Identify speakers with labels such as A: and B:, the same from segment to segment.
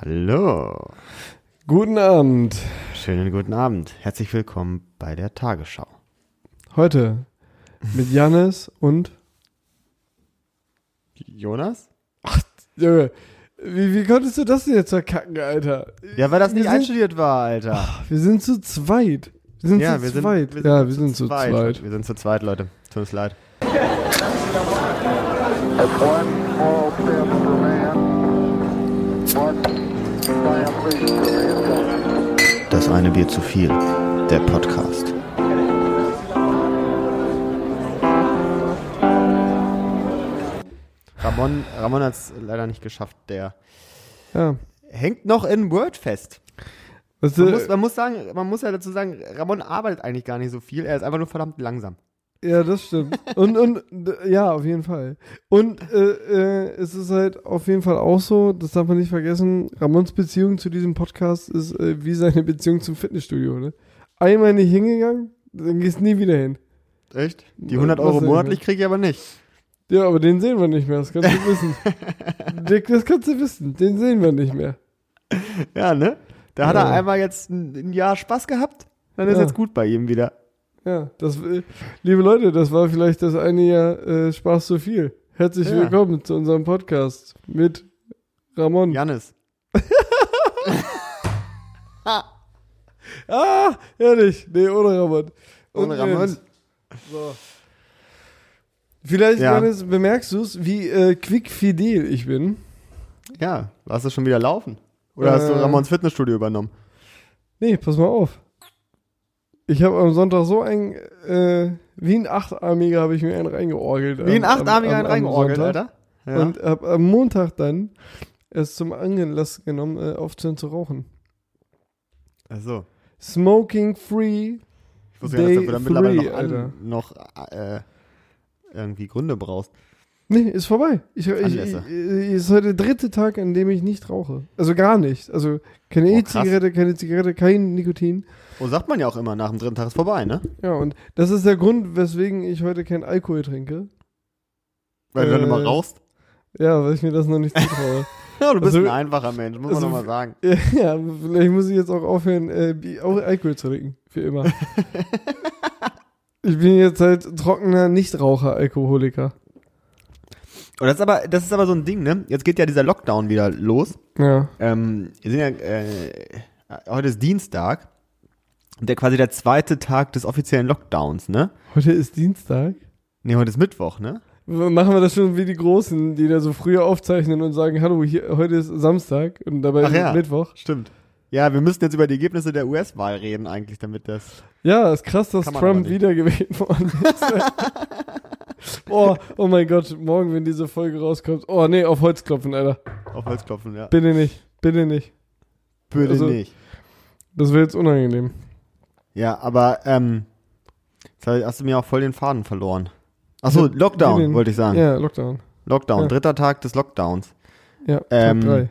A: Hallo.
B: Guten Abend.
A: Schönen guten Abend. Herzlich willkommen bei der Tagesschau.
B: Heute mit Janis und.
A: Jonas?
B: Junge, wie, wie konntest du das denn jetzt verkacken, Alter?
A: Ja, weil das
B: Wir
A: nicht
B: sind-
A: einstudiert war, Alter.
B: Wir sind zu zweit. Wir sind
A: ja,
B: zu zweit. ja, wir sind zu zweit.
A: Wir sind zu zweit, Leute. Tut uns leid.
C: That's one small step for man, one giant leap for mankind.
A: Das eine Bier zu viel. Der Podcast. Ramon, Ramon hat es leider nicht geschafft. Der
B: Ja.
A: hängt noch in Word fest.
B: Weißt
A: Man muss,
B: du,
A: man, muss sagen, man muss ja dazu sagen, Ramon arbeitet eigentlich gar nicht so viel. Er ist einfach nur verdammt langsam.
B: ja, das stimmt. Und, und, d- ja, auf jeden Fall. Und äh, äh, es ist halt auf jeden Fall auch so, das darf man nicht vergessen, Ramons Beziehung zu diesem Podcast ist äh, wie seine Beziehung zum Fitnessstudio, ne? Einmal nicht hingegangen, dann gehst nie wieder hin.
A: Echt? Die
B: Ja,
A: 100
B: was
A: Euro
B: soll ich
A: monatlich
B: machen?
A: kriege ich aber nicht.
B: Ja, aber den sehen wir nicht mehr, das kannst du wissen. Dick, das kannst du wissen, den sehen wir nicht mehr.
A: Ja, ne? Da hat
B: Ja.
A: er einmal jetzt ein, ein Jahr Spaß gehabt. Dann ist
B: Ja.
A: jetzt gut bei ihm wieder.
B: Ja, das, äh, liebe Leute, das war vielleicht das eine Jahr äh, Spaß zu viel. Herzlich
A: Ja.
B: willkommen zu unserem Podcast mit Ramon.
A: Janis.
B: Ah, ehrlich, nee, ohne Ramon. Und
A: Ohne Ramon.
B: Jens. So. Vielleicht
A: Ja.
B: Janis, bemerkst du es, wie äh, quickfidel ich bin.
A: Ja, lass es schon wieder laufen. Oder hast du
B: Äh.
A: Ramons Fitnessstudio übernommen?
B: Nee, pass mal auf. Ich habe am Sonntag so ein, äh, wie ein Achtarmiger habe ich mir einen reingeorgelt.
A: Wie ein
B: am- am-
A: Achtarmiger
B: am-
A: einen
B: am
A: reingeorgelt,
B: Sonntag.
A: Alter. Ja.
B: Und habe am Montag dann es zum Anlass genommen, äh, aufzuhören zu rauchen.
A: Ach so.
B: Smoking free.
A: Ich wusste gar nicht, dass
B: Day
A: du da mittlerweile
B: three,
A: noch, an, noch äh, irgendwie Gründe brauchst.
B: Nee, ist vorbei. Ich, ich, ich, äh,
A: Anlässe.
B: ist heute der dritte Tag, an dem ich nicht rauche. Also gar nicht. Also keine
A: Oh, krass.
B: E-Zigarette, keine Zigarette, kein Nikotin.
A: Oh, sagt man ja auch immer, nach dem dritten Tag ist vorbei, ne?
B: Ja, und das ist der Grund, weswegen ich heute keinen Alkohol trinke.
A: Weil wenn du
B: Äh.
A: mal rauchst.
B: Ja, weil ich mir das noch nicht zutraue.
A: Ja, du bist
B: Also-
A: ein einfacher Mensch, muss man
B: also-
A: doch mal sagen.
B: ja, vielleicht muss ich jetzt auch aufhören, äh, Bi- auch Alkohol zu trinken. Für immer. ich bin jetzt halt trockener Nichtraucher-Alkoholiker.
A: Und das ist aber, das ist aber so ein Ding, ne? Jetzt geht ja dieser Lockdown wieder los.
B: Ja.
A: Ähm, wir sind ja, äh, heute ist Dienstag. Und der quasi der zweite Tag des offiziellen Lockdowns, ne?
B: Heute ist Dienstag.
A: Nee, heute ist Mittwoch, ne?
B: Machen wir das schon wie die Großen, die da so früher aufzeichnen und sagen, hallo, hier, heute ist Samstag und dabei
A: Ach
B: ist
A: ja.
B: es Mittwoch.
A: Stimmt. Ja, wir müssen jetzt über die Ergebnisse der US-Wahl reden eigentlich, damit das...
B: Ja, ist krass, dass
A: Kann man aber
B: Trump
A: nicht.
B: wiedergewählt worden ist. oh, oh mein Gott, morgen, wenn diese Folge rauskommt. Oh nee, auf Holz klopfen, Alter.
A: Auf Holz klopfen, ja.
B: Bitte nicht, bitte nicht.
A: Bitte
B: also-
A: nicht.
B: Das wird jetzt unangenehm.
A: Ja, aber, ähm... Jetzt hab ich- hast du mir auch voll den Faden verloren. Achso,
B: Ja, wie
A: Lockdown,
B: den-
A: wollte ich sagen.
B: Ja, Lockdown.
A: Lockdown,
B: Ja.
A: dritter Tag des Lockdowns.
B: Ja,
A: Ähm,
B: Tag drei.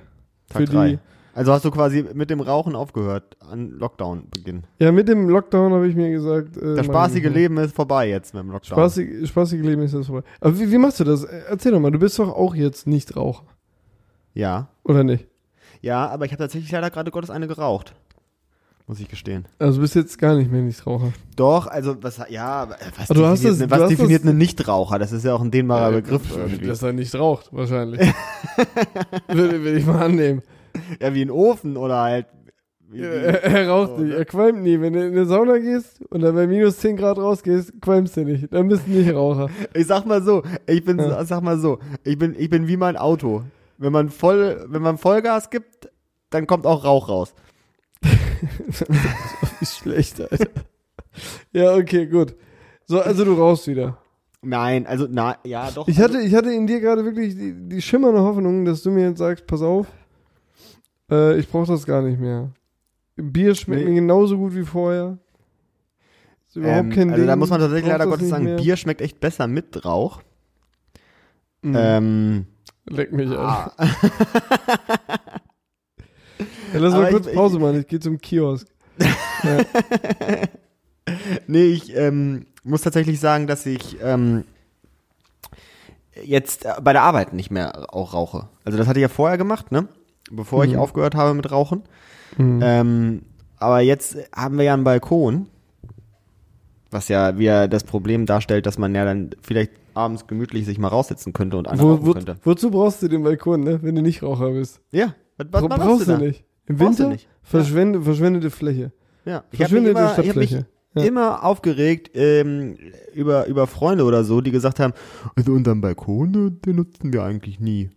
A: Tag
B: Für die-
A: 3. Also hast du quasi mit dem Rauchen aufgehört, an Lockdown-Beginn.
B: Ja, mit dem Lockdown habe ich mir gesagt. Äh,
A: Das
B: mach ich
A: spaßige
B: nicht mehr.
A: Leben ist vorbei jetzt mit dem Lockdown.
B: Spaßig, spaßige Leben ist jetzt vorbei. Aber wie, wie machst du das? Äh, Erzähl doch mal, du bist doch auch jetzt nicht Raucher,
A: Ja.
B: oder nicht?
A: Ja, aber ich habe tatsächlich leider gerade Gottes eine geraucht. Muss ich gestehen.
B: Also du bist jetzt gar nicht mehr Nichtraucher.
A: Doch, also was ja, aber was
B: Aber du hast
A: definiert,
B: das-
A: eine-
B: du
A: was
B: hast
A: definiert
B: das-
A: einen Nichtraucher? Das ist ja auch ein dehnbarer
B: Äh,
A: Begriff.
B: äh,
A: irgendwie.
B: Dass er nicht raucht, wahrscheinlich. würde, würde ich mal annehmen.
A: ja, wie ein Ofen oder halt. Wie,
B: Er,
A: wie,
B: er er
A: Oh,
B: raucht
A: ne?
B: nicht, er qualmt nie. Wenn du in eine Sauna gehst und dann bei minus 10 Grad rausgehst, qualmst du nicht. Dann bist du nicht Raucher.
A: ich sag mal so, ich bin
B: Ja.
A: sag mal so, ich bin ich bin wie mein Auto. Wenn man voll wenn man Vollgas gibt, dann kommt auch Rauch raus.
B: Ist schlecht, Alter. ja, okay, gut. So, also du rauchst wieder.
A: Nein, also na ja, doch.
B: Ich hatte, ich hatte in dir gerade wirklich die, die schimmernde Hoffnung, dass du mir jetzt sagst, pass auf, äh, ich brauche das gar nicht mehr. Bier schmeckt
A: Nee.
B: mir genauso gut wie vorher. Ist überhaupt
A: ähm,
B: kein
A: also da
B: Ding.
A: muss man tatsächlich
B: Brauch
A: leider
B: das
A: Gottes
B: nicht
A: sagen,
B: mehr.
A: Bier schmeckt echt besser mit Rauch.
B: Mhm.
A: Ähm,
B: Leck mich an.
A: ah,
B: Ja, lass
A: Aber
B: mal kurz
A: ich-
B: Pause machen, ich gehe zum Kiosk.
A: Nee, ich ähm, muss tatsächlich sagen, dass ich ähm, jetzt äh, bei der Arbeit nicht mehr auch rauche. Also das hatte ich ja vorher gemacht, ne? bevor ich
B: Mhm.
A: aufgehört habe mit Rauchen.
B: Mhm.
A: Ähm, aber jetzt haben wir ja einen Balkon, was ja wieder das Problem darstellt, dass man ja dann vielleicht abends gemütlich sich mal raussetzen könnte und
B: Wo,
A: anrauchen
B: wo,
A: könnte.
B: wozu brauchst du den Balkon, ne? wenn du nicht Raucher bist?
A: Ja, was, was
B: Bra-
A: machst
B: brauchst
A: da?
B: du nicht. Im
A: Brauchst du
B: Winter
A: nicht.
B: Verschwende, verschwendete Fläche.
A: Ja, ich habe mich, immer,
B: Verschwindete
A: ich hab mich
B: Stadtfläche. Ja.
A: immer aufgeregt ähm, über, über Freunde oder so, die gesagt haben, also unseren Balkon, äh, den nutzen wir eigentlich nie.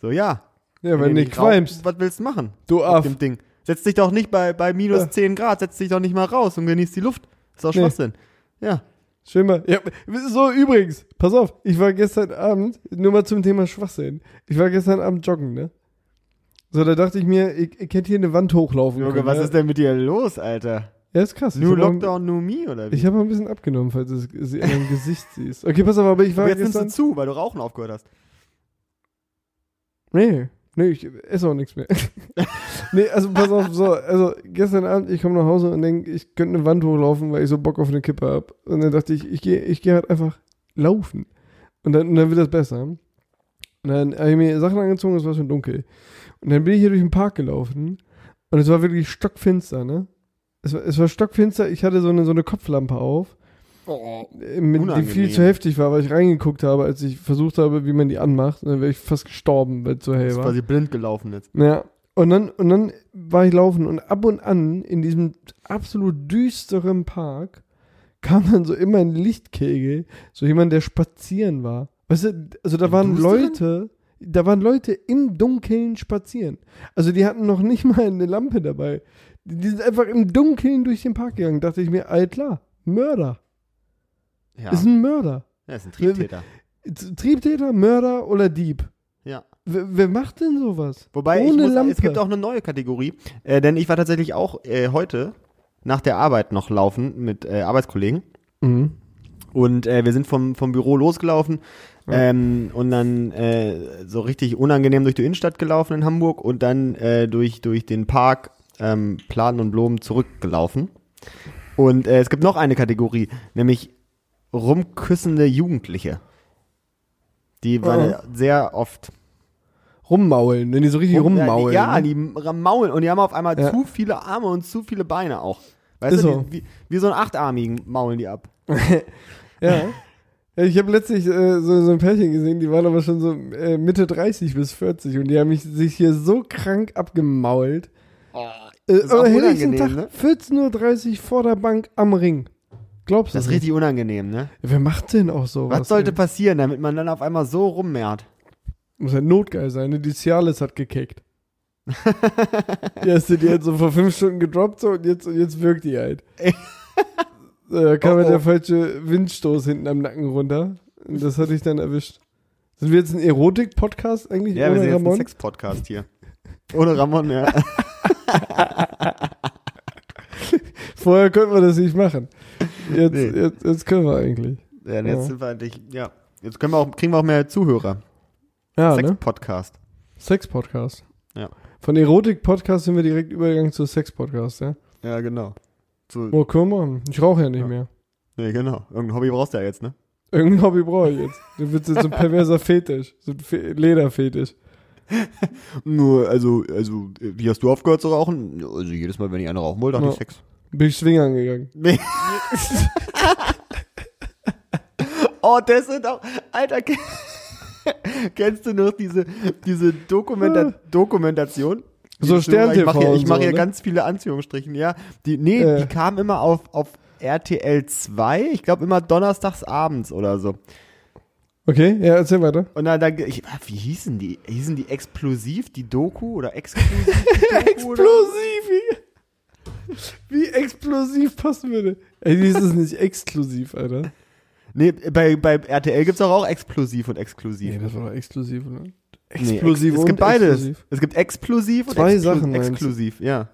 A: So, ja.
B: Ja, weil
A: du
B: du nicht
A: nicht rauchst,
B: qualmst.
A: Was willst du machen?
B: Du
A: auf
B: Aff.
A: dem Ding. Setz dich doch nicht bei, bei minus
B: Ja.
A: 10 Grad, setz dich doch nicht mal raus und genieß die Luft. Ist doch
B: Nee.
A: Schwachsinn. Ja.
B: Schön mal. Ja, so, übrigens, pass auf, ich war gestern Abend, nur mal zum Thema Schwachsinn, ich war gestern Abend joggen, ne? So, da dachte ich mir, ich, ich hätte hier eine Wand hochlaufen
A: Junge,
B: können.
A: was
B: ja.
A: ist denn mit dir los, Alter?
B: Ja, ist krass. ne? Ich
A: New
B: hab auch-
A: Lockdown, New Me oder wie?
B: Ich habe ein bisschen abgenommen, falls du es sie an meinem Gesicht siehst. Okay, pass auf, aber ich war
A: Aber jetzt nimmst du
B: gestern...
A: zu, weil du Rauchen aufgehört hast.
B: Nee, nee, ich esse auch nichts mehr. nee, also pass auf, so, also gestern Abend, ich komme nach Hause und denke, ich könnte eine Wand hochlaufen, weil ich so Bock auf eine Kippe habe. Und dann dachte ich, ich gehe ich geh halt einfach laufen. Und dann, und dann wird das besser. Und dann habe ich mir Sachen angezogen, es war schon dunkel. Und dann bin ich hier durch den Park gelaufen und es war wirklich stockfinster, ne? Es war, es war stockfinster, ich hatte so eine, so eine Kopflampe auf, äh, mit, die viel
A: Unangenehm.
B: zu heftig war, weil ich reingeguckt habe, als ich versucht habe, wie man die anmacht. Und dann wäre ich fast gestorben, weil es so hell
A: Ist
B: war.
A: quasi blind gelaufen jetzt.
B: Ja. Und dann, und dann war ich laufen und ab und an in diesem absolut düsteren Park kam dann so immer ein Lichtkegel, so jemand, der spazieren war. Weißt du, also da
A: Im
B: waren
A: Düsteren?
B: Leute, da waren Leute im Dunkeln spazieren. Also die hatten noch nicht mal eine Lampe dabei. Die, die sind einfach im Dunkeln durch den Park gegangen. Dachte ich mir, all klar, Mörder.
A: Ja.
B: Ist ein Mörder.
A: ja, ist ein Triebtäter.
B: Triebtäter, Mörder oder Dieb.
A: Ja.
B: Wer, wer macht denn sowas?
A: Wobei,
B: Ohne
A: ich muss,
B: Lampe.
A: es gibt auch eine neue Kategorie, äh, denn ich war tatsächlich auch äh, heute nach der Arbeit noch laufen mit äh, Arbeitskollegen.
B: Mhm.
A: Und äh, wir sind vom, vom Büro losgelaufen ähm, und dann äh, so richtig unangenehm durch die Innenstadt gelaufen in Hamburg und dann äh, durch, durch den Park ähm, Platen und Blumen zurückgelaufen. Und äh, es gibt noch eine Kategorie, nämlich rumküssende Jugendliche. Die waren
B: Oh.
A: sehr oft
B: rummaulen, wenn die so richtig
A: Rum-
B: rummaulen.
A: Ja,
B: ne?
A: äh, die, ja, die maulen und die haben auf einmal
B: Ja.
A: zu viele Arme und zu viele Beine auch. Weißt
B: Ist
A: du,
B: so.
A: wie, wie, wie so einen achtarmigen maulen die ab.
B: ja. Ja, Ich habe letztlich äh, so, so ein Pärchen gesehen, die waren aber schon so äh, Mitte 30 bis 40 und die haben mich, sich hier so krank abgemault.
A: Oh.
B: Äh,
A: ist auch
B: aber helllichten Tag,
A: unangenehm, ne?
B: 14.30 Uhr vor der Bank am Ring. Glaubst du
A: Das ist
B: das nicht?
A: richtig unangenehm, ne?
B: Wer macht Oh, denn auch sowas?
A: Was sollte
B: ey?
A: passieren, damit man dann auf einmal so rummehrt?
B: Muss ja notgeil sein, ne? Die Cialis hat gekickt. die hast du dir jetzt so vor fünf Stunden gedroppt so, und jetzt, und jetzt wirkt die halt.
A: Ey.
B: Da kam
A: Oh,
B: ja
A: oh.
B: der falsche Windstoß hinten am Nacken runter. Und das hatte ich dann erwischt. Sind wir jetzt ein Erotik-Podcast eigentlich?
A: Ja,
B: ohne
A: wir sind jetzt
B: Ramon?
A: ein Sex-Podcast hier. Ohne Ramon, ja.
B: Vorher konnten wir das nicht machen. Jetzt,
A: Nee.
B: jetzt, jetzt können wir eigentlich.
A: ja und
B: Ja.
A: jetzt sind wir endlich, ja. Jetzt können wir auch, kriegen wir auch mehr Zuhörer.
B: Ja, ne?
A: Sex-Podcast.
B: Sex-Podcast.
A: Ja.
B: Von Erotik-Podcast sind wir direkt übergegangen zu Sex-Podcast, ja?
A: Ja, genau. So,
B: Oh, komm mal. Ich rauche ja nicht
A: Ja.
B: mehr.
A: nee, genau. Irgendein Hobby brauchst du ja jetzt, ne?
B: Irgendein Hobby brauche ich jetzt. Du wirst jetzt so ein perverser Fetisch. So ein Fe Lederfetisch.
A: Nur, also, also, wie hast du aufgehört zu rauchen? Also, jedes Mal, wenn ich eine rauchen wollte, hatte
B: Ja.
A: ich Sex.
B: Bin ich schwingern gegangen.
A: Nee. oh, das sind auch. Alter, ke- kennst du noch diese, diese Dokumenta Dokumentation?
B: So
A: Die- Ich mache hier,
B: Stern-TV
A: ich
B: und
A: mach
B: so,
A: hier
B: ne?
A: ganz viele Anführungsstrichen, ja. Die, nee,
B: Äh.
A: die kamen immer auf, auf RTL 2, ich glaube immer donnerstags abends oder so.
B: Okay, ja, erzähl weiter.
A: Und dann, dann ich, ah, wie hießen die? Hießen die explosiv, die Doku oder exklusiv?
B: Explosiv! Wie, wie explosiv passen würde. Ey, ist es nicht exklusiv, Alter?
A: Nee, bei, bei RTL gibt's doch auch explosiv und exklusiv.
B: Nee, das war doch exklusiv, ne?
A: Nee,
B: Explosiv
A: ex-
B: und
A: Es gibt beides.
B: exklusiv.
A: Es gibt explosiv und
B: Zwei
A: exklu
B: Sachen meinst du? Hm.
A: exklusiv, ja.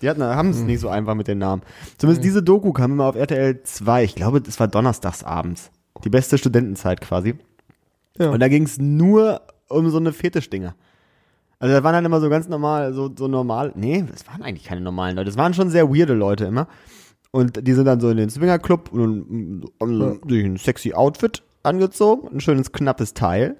A: Die hatten, haben es nicht so einfach mit den Namen. Zumindest diese Doku kam immer auf RTL 2. Ich glaube, das war donnerstags abends. Die beste Studentenzeit quasi.
B: Ja.
A: Und da ging es nur um so eine Fetischdinger. Also da waren dann immer so ganz normal, so, so normal. Nee, das waren eigentlich keine normalen Leute. Das waren schon sehr weirde Leute immer. Und die sind dann so in den Swingerclub und ähm, haben sich ein sexy Outfit angezogen, ein schönes knappes Teil.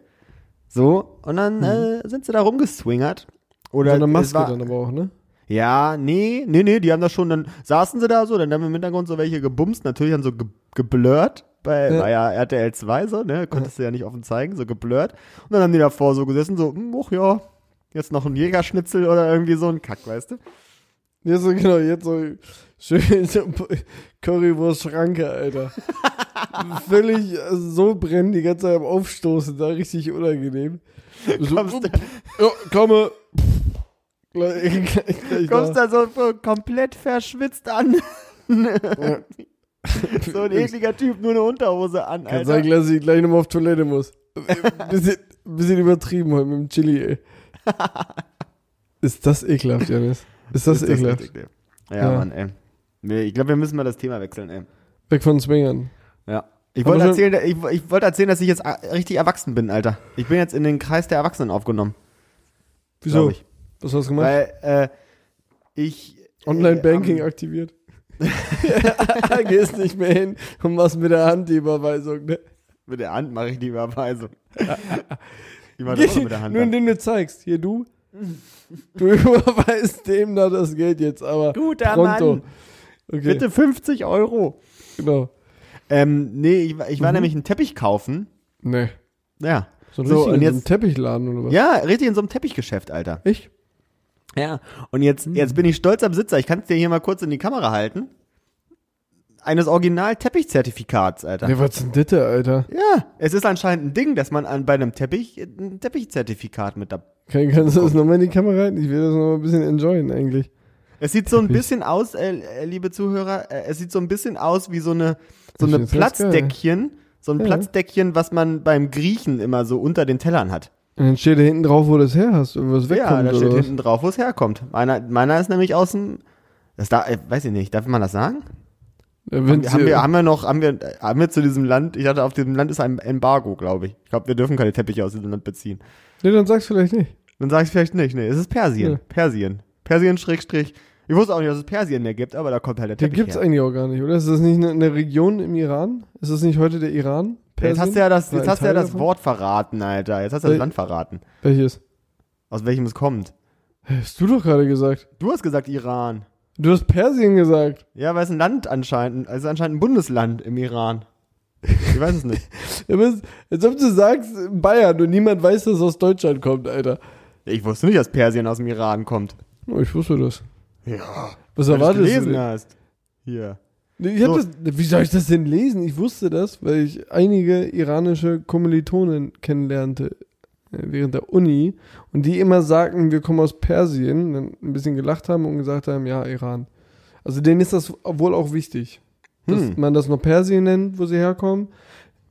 A: So, und dann äh, sind sie da rumgeswingert. Oder
B: Mhm. so eine
A: es
B: Maske
A: war-
B: dann aber auch, ne?
A: Ja, nee, nee, nee, die haben das schon, dann saßen sie da so, dann haben wir im Hintergrund so welche gebumst, natürlich haben so ge geblurrt, bei,
B: Ja.
A: war ja RTL 2 so, ne, konntest du ja nicht offen zeigen, so geblurrt. Und dann haben die davor so gesessen, so, hm, och ja, jetzt noch ein Jägerschnitzel oder irgendwie so ein Kack, weißt du?
B: Ja, so genau, jetzt so schön so Currywurst-Schranke, Alter. Völlig äh, so brennen, die ganze Zeit am Aufstoßen, da richtig unangenehm. So,
A: Kommst,
B: ja, komme. Gleich, gleich, gleich
A: kommst
B: da.
A: da so, so komplett verschwitzt an. so ein ekliger Typ, nur eine Unterhose an,
B: Kann sein,
A: Alter.
B: dass ich gleich nochmal auf Toilette muss. Äh, bisschen, bisschen übertrieben heute mit dem Chili, ey. Ist das ekelhaft, Janis? Ist das
A: Ist
B: ekelhaft?
A: richtig, ey. ja,
B: Ja.
A: Mann, ey. Nee, Ich glaube, wir müssen mal das Thema wechseln, ey.
B: Weg von Swingern.
A: Ja. Ich
B: Haben
A: wollte,
B: wir schon-
A: erzählen, ich, ich wollte erzählen, dass ich jetzt a- richtig erwachsen bin, Alter. Ich bin jetzt in den Kreis der Erwachsenen aufgenommen.
B: Wieso?
A: glaub Ich.
B: Was hast du gemacht?
A: Weil äh, ich.
B: Online-Banking
A: Äh, am-
B: aktiviert. Gehst nicht mehr hin und machst mit der Hand die Überweisung. Ne?
A: mit der Hand mache ich die Überweisung. ich mache das auch mit der Hand. ne?
B: Nur indem du zeigst. Hier du. Du überweist dem da das Geld jetzt, aber
A: Guter
B: pronto.
A: Mann.
B: Okay,
A: Bitte 50 Euro.
B: genau.
A: Ähm, nee, ich, war- ich war nämlich einen Teppich kaufen.
B: Nee.
A: Ja.
B: So, ein
A: So,
B: richtigen-
A: und
B: so
A: jetzt-
B: ein Teppichladen oder was?
A: Ja, richtig in so einem Teppichgeschäft, Alter. Mhm.
B: Ich?
A: Ja. Und jetzt, jetzt bin ich stolzer Besitzer. Ich kann es dir hier mal kurz in die Kamera halten. Eines Original-Teppichzertifikats, Alter.
B: Nee, was denn das, Alter?
A: Ja, es ist anscheinend ein Ding, dass man an, bei einem Teppich ein Teppichzertifikat mit da.
B: Kann, kannst du das nochmal in die Kamera halten? Ich will das nochmal ein bisschen enjoyen eigentlich.
A: Es sieht so ein
B: Teppich.
A: bisschen aus, äh, äh, liebe Zuhörer, äh, es sieht so ein bisschen aus wie so eine so
B: Ich
A: eine
B: find's ganz geil.
A: Platzdeckchen, so ein
B: Ja.
A: Platzdeckchen, was man beim Griechen immer so unter den Tellern hat.
B: Und dann steht da hinten drauf, wo du es her hast und was wegkommt.
A: ja, da steht
B: oder was?
A: hinten drauf, wo es herkommt. Meiner, meiner ist nämlich aus dem das da, äh, weiß ich nicht, darf man das sagen?
B: Ja,
A: Haben,
B: wenn's
A: wir- haben
B: hier-
A: wir haben wir noch haben wir äh, haben wir zu diesem Land, ich dachte auf diesem Land ist ein Embargo, glaube ich. Ich glaube, wir dürfen keine Teppiche aus diesem Land beziehen.
B: nee, dann sag's vielleicht nicht.
A: Dann sag ich vielleicht nicht, nee, es ist Persien.
B: Ja.
A: Persien. Persien Schrägstrich. Ich wusste auch nicht, dass es Persien mehr gibt, aber da kommt halt der
B: Den
A: Teppich
B: gibt's
A: her.
B: eigentlich auch gar nicht, oder? Ist das nicht eine, eine Region im Iran? Ist das nicht heute der Iran?
A: Jetzt hast du ja das,
B: Oder
A: jetzt
B: ein
A: hast du ja
B: Teil
A: das
B: davon?
A: Wort verraten, Alter. Jetzt hast du das
B: Wel-
A: Land verraten.
B: Welches?
A: Aus welchem es kommt.
B: Hast du doch gerade gesagt.
A: Du hast gesagt Iran.
B: Du hast Persien gesagt.
A: Ja, weil es ein Land anscheinend, es ist anscheinend ein Bundesland im Iran. Ich weiß es nicht.
B: Aber es- Als ob du sagst Bayern und niemand weiß, dass es aus Deutschland kommt, Alter.
A: Ich wusste nicht, dass Persien aus dem Iran kommt.
B: Oh, ich wusste das.
A: Ja. Wenn
B: Was
A: du es
B: erwartest du?
A: gelesen
B: denn?
A: hast. Hier.
B: Nee, Ich hab
A: So.
B: das, wie soll ich das denn lesen? Ich wusste das, weil ich einige iranische Kommilitonen kennenlernte äh, während der Uni und die immer sagten, wir kommen aus Persien, dann ein bisschen gelacht haben und gesagt haben, ja, Iran. Also denen ist das wohl auch wichtig, dass
A: Hm.
B: man das noch Persien nennt, wo sie herkommen.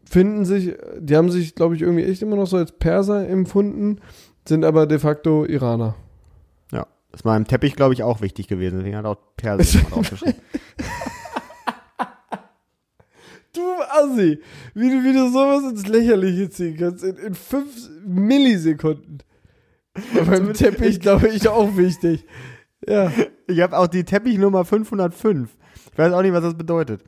B: Finden sich, die haben sich, glaube ich, irgendwie echt immer noch so als Perser empfunden, sind aber de facto Iraner.
A: Ja. Ist meinem Teppich, glaube ich, auch wichtig gewesen. Deswegen hat auch Persien mal draufgeschrieben.
B: Du Assi, wie du wieder sowas ins Lächerliche ziehen kannst, in, in fünf Millisekunden. War beim Teppich, glaube ich, auch wichtig. Ja.
A: Ich habe auch die Teppichnummer 505. Ich weiß auch nicht, was das bedeutet.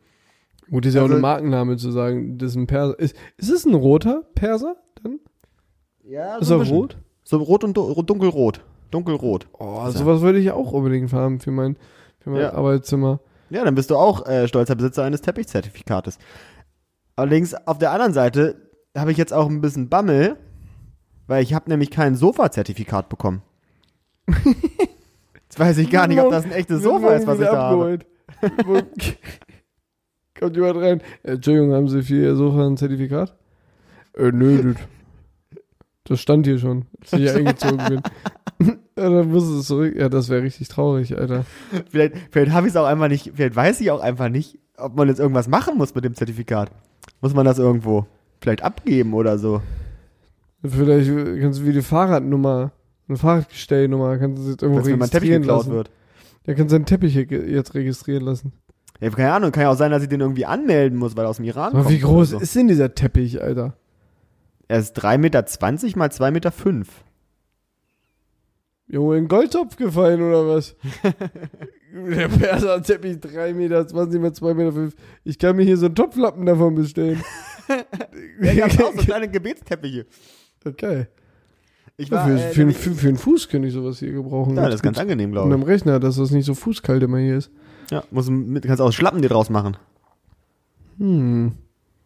B: Gut, ist ja
A: Also-
B: auch ein Markenname zu sagen, das ist ein Perser. Ist, ist es ein roter Perser? Dann?
A: Ja,
B: Ist er rot?
A: So rot und du- dunkelrot. Dunkelrot.
B: Oh,
A: Ist er.
B: sowas würde ich auch unbedingt haben für mein, für mein
A: Ja.
B: Arbeitszimmer.
A: Ja, dann bist du auch äh, stolzer Besitzer eines Teppichzertifikates. Allerdings auf der anderen Seite habe ich jetzt auch ein bisschen Bammel, weil ich habe nämlich kein Sofa-Zertifikat bekommen. jetzt weiß ich gar nicht, ob das ein echtes
B: Wird
A: Sofa ist, was ich
B: morgen wieder
A: da habe.
B: abgeholt. Wo- Kommt jemand rein. Äh, Entschuldigung, haben Sie für Ihr Sofa ein Zertifikat? Äh, nö, dude. Das stand hier schon, als ich hier eingezogen bin. ja, dann muss es zurück. Ja, das wäre richtig traurig, Alter.
A: Vielleicht, vielleicht habe ich es auch einfach nicht, vielleicht weiß ich auch einfach nicht, ob man jetzt irgendwas machen muss mit dem Zertifikat. Muss man das irgendwo vielleicht abgeben oder so?
B: Vielleicht äh, kannst du wie die Fahrradnummer, eine Fahrradgestellnummer, kannst du es jetzt irgendwo
A: Dass mir mein Teppich
B: registrieren
A: geklaut
B: lassen.
A: wird.
B: Ja, kannst du deinen Teppich hier ge- jetzt registrieren lassen.
A: Ja, keine Ahnung, kann ja auch sein, dass ich den irgendwie anmelden muss, weil er aus dem Iran
B: Aber
A: kommt.
B: wie groß
A: oder so.
B: ist denn dieser Teppich, Alter?
A: Er ist 3,20 Meter mal 2,5 Meter.
B: Junge, in den Goldtopf gefallen oder was? Der Perserteppich 3,20 Meter mal 2,5 Meter. Ich kann mir hier so einen Topflappen davon bestellen.
A: Ja, ich hab auch so kleine Gebetsteppiche.
B: okay.
A: Ich war,
B: Ja, für,
A: äh,
B: für, den,
A: ich-
B: für, für den Fuß könnte ich sowas hier gebrauchen.
A: ja, das ist ganz angenehm,
B: Mit
A: glaube
B: dem Rechner, dass das nicht so fußkalt immer hier ist.
A: ich. Ja, musst, du mit, kannst auch Schlappen dir draus machen.
B: Hm.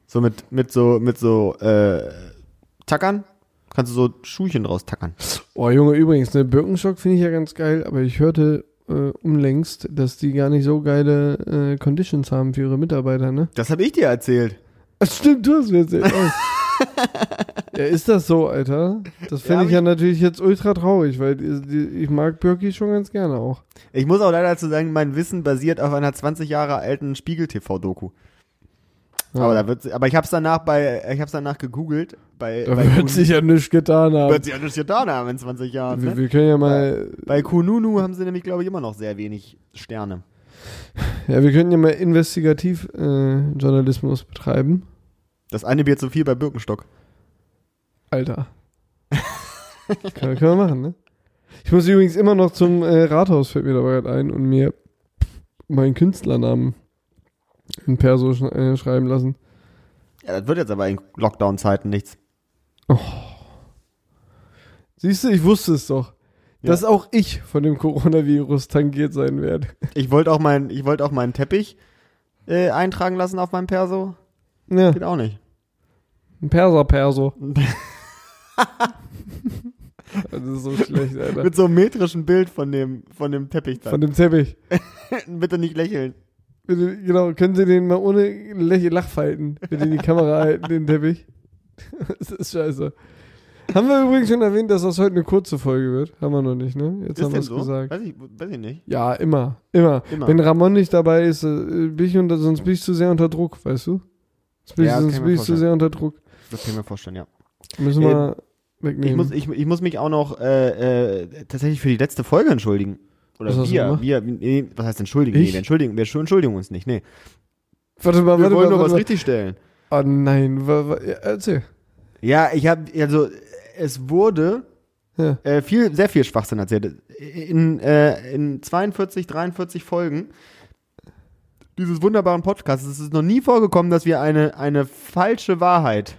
A: So mit, mit so, mit so, äh, Tackern. Kannst du so Schuhchen draus tackern.
B: Oh Junge, übrigens, ne, Birkenstock finde ich ja ganz geil, aber ich hörte äh, unlängst, dass die gar nicht so geile äh, Conditions haben für ihre Mitarbeiter, ne?
A: Das habe ich dir erzählt.
B: Ach, stimmt, du hast mir erzählt. Oh. ja, ist das so, Alter? Das
A: Ja,
B: fände
A: hab
B: ich ja natürlich jetzt ultra traurig, weil die, die, ich mag Birki schon ganz gerne auch.
A: Ich muss auch leider dazu sagen, mein Wissen basiert auf einer 20 Jahre alten Spiegel-TV-Doku.
B: Ja.
A: Aber da wird's, aber ich hab's danach bei, ich hab's danach gegoogelt. Bei,
B: Da
A: bei
B: wird sich ja nichts getan haben.
A: wird sich ja nicht getan haben in 20 Jahren.
B: Ähm, Wir,
A: Ne?
B: wir können ja mal,
A: Bei Kununu haben sie nämlich, glaube ich, immer noch sehr wenig Sterne.
B: ja, wir können ja mal investigativ äh, Journalismus betreiben.
A: Das eine Bier zu viel bei Birkenstock.
B: Alter. können, können wir machen, ne? Ich muss übrigens immer noch zum äh, Rathaus, fällt mir dabei gerade ein, und mir meinen Künstlernamen in Perso sch äh, schreiben lassen.
A: Ja, das wird jetzt aber in Lockdown-Zeiten nichts.
B: Siehst du, ich wusste es doch.
A: Ja.
B: Dass auch ich von dem Coronavirus tangiert sein werde.
A: Ich wollte auch meinen, ich wollte auch meinen Teppich äh, eintragen lassen auf meinem Perso.
B: Ja,
A: Geht auch nicht.
B: ein Perser-Perso. Das ist so schlecht, Alter.
A: Mit so einem metrischen Bild von dem, von dem Teppich
B: Von
A: dann.
B: dem Teppich.
A: Bitte nicht lächeln.
B: Bitte, genau, können Sie den mal ohne Lächeln Lachfalten bitte in die Kamera halten, den Teppich? Das ist scheiße. Haben wir übrigens schon erwähnt, dass das heute eine kurze Folge wird? Haben wir noch nicht, ne? Jetzt haben wir es gesagt.
A: Weiß ich, weiß ich nicht.
B: Ja, immer, immer.
A: Immer.
B: Wenn Ramon nicht dabei ist, äh, bin ich unter, sonst bin ich zu sehr unter Druck, weißt du? Sonst bin,
A: Ja,
B: ich,
A: das kann
B: sonst
A: ich mir
B: bin ich zu
A: vorstellen.
B: sehr unter Druck.
A: Das kann ich mir vorstellen, ja.
B: Müssen
A: Äh,
B: wir
A: Ich
B: wegnehmen.
A: muss, ich, ich muss mich auch noch äh, äh, tatsächlich für die letzte Folge entschuldigen. Oder
B: Was hast du
A: wir,
B: gemacht?
A: wir, nee, was heißt entschuldigen?
B: Ich?
A: Nee, wir entschuldigen, wir entschuldigen uns nicht, nee.
B: warte mal,
A: Wir
B: warte
A: wollen
B: mal.
A: doch was
B: Warte mal.
A: richtig stellen.
B: Oh nein, wa, wa, ja, erzähl.
A: Ja, ich habe also es wurde
B: Ja.
A: äh, viel, sehr viel Schwachsinn erzählt. In, äh, in 42, 43 Folgen dieses wunderbaren Podcasts ist es noch nie vorgekommen, dass wir eine, eine falsche Wahrheit,